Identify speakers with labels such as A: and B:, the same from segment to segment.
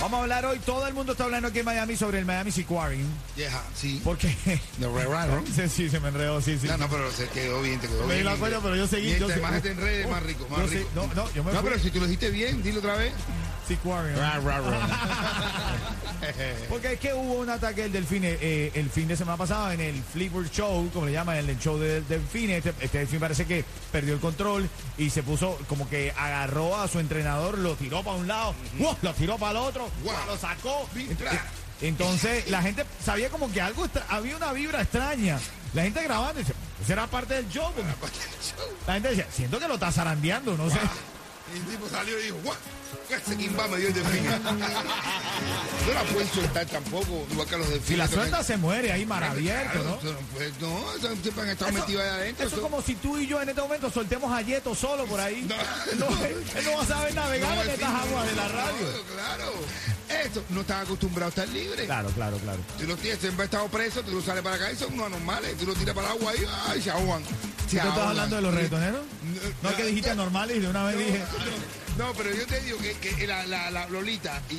A: Vamos a hablar hoy, todo el mundo está hablando aquí en Miami sobre el Miami Seaquarium.
B: Yeah, sí.
A: Porque...
B: Lo re raro.
A: Sí, se me enredó, sí, sí.
B: No, no, pero se quedó bien, te quedó
A: Me di
B: bien. este
A: la cuenta, pero yo seguí, yo
B: Mientras
A: sé-
B: más te enredes, más rico, más
A: yo sé-
B: rico.
A: no, no, yo me fui.
B: pero si tú lo dijiste bien, dilo otra vez.
A: Seaquarium.
B: Ra, ra, ra.
A: Porque es que hubo un ataque del delfines eh, el fin de semana pasado en el Flipper Show, como le llaman, en el show del delfín. Este, este delfín parece que perdió el control y se puso como que agarró a su entrenador, lo tiró para un lado, ¡guau! lo tiró para el otro,
B: Guau.
A: lo sacó.
B: Bien, tra.
A: Ent- eh, Entonces la gente sabía como que algo extra- había una vibra extraña. La gente grabando, dice, será parte del show. porque La gente decía, siento que lo está zarandeando, no sé.
B: Y el tipo salió y dijo, ¡guau! Ese quimba me dio el delfín. No la pueden soltar tampoco, igual que los delfines.
A: Si la
B: también.
A: suelta se muere ahí mar abierto,
B: Claro,
A: ¿no?
B: eso no, pues, no, eso siempre han estado
A: Eso-
B: metidos ahí adentro.
A: Eso es
B: eso-
A: como si tú y yo en este momento soltemos a Yeto solo por ahí.
B: No.
A: él, no, él no va a saber navegar en
B: el
A: estas
B: tipo-
A: aguas de la
B: no,
A: radio.
B: Claro. Eso, no están acostumbrados a estar libres.
A: Claro, claro, claro.
B: Tú los tienes, siempre han estado presos, tú los sales para acá y son unos anormales. Tú los tiras para el agua y ¡ay! se ahogan.
A: ¿Tú estás hablando de los reggaetoneros? No,
B: No,
A: es que dijiste anormales y de una vez dije.
B: No, pero yo te digo que, que la, la- la Lolita y,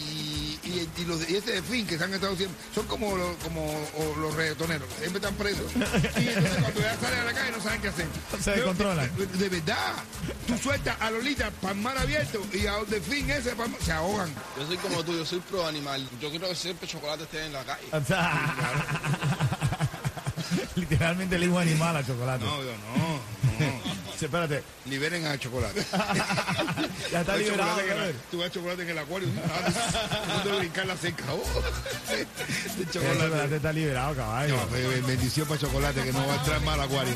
B: y- y los, y este delfín que se han estado siempre son como, los- como o los reggaetoneros, siempre están presos. Y entonces cuando ya salen a la calle no saben qué hacer.
A: Se
B: Yo-
A: descontrolan.
B: De, de verdad, tú sueltas a Lolita para el mar abierto y a un delfín ese pa'l mar- se ahogan.
C: Yo soy como tú, yo soy pro animal. Yo quiero que siempre chocolate esté en la calle.
A: o sea, Literalmente le digo animal a chocolate.
B: No, yo no, no.
A: Sí, Espérate.
B: Liberen a chocolate.
A: Ya está
B: Hay
A: liberado.
B: chocolate en el-
A: brother.
B: Tú ves chocolate en el acuario. No te brincar la cerca. Este Oh, de
A: El
B: chocolate.
A: chocolate está liberado, caballo.
B: No, be- be- bendición para chocolate que no va a entrar mal al acuario.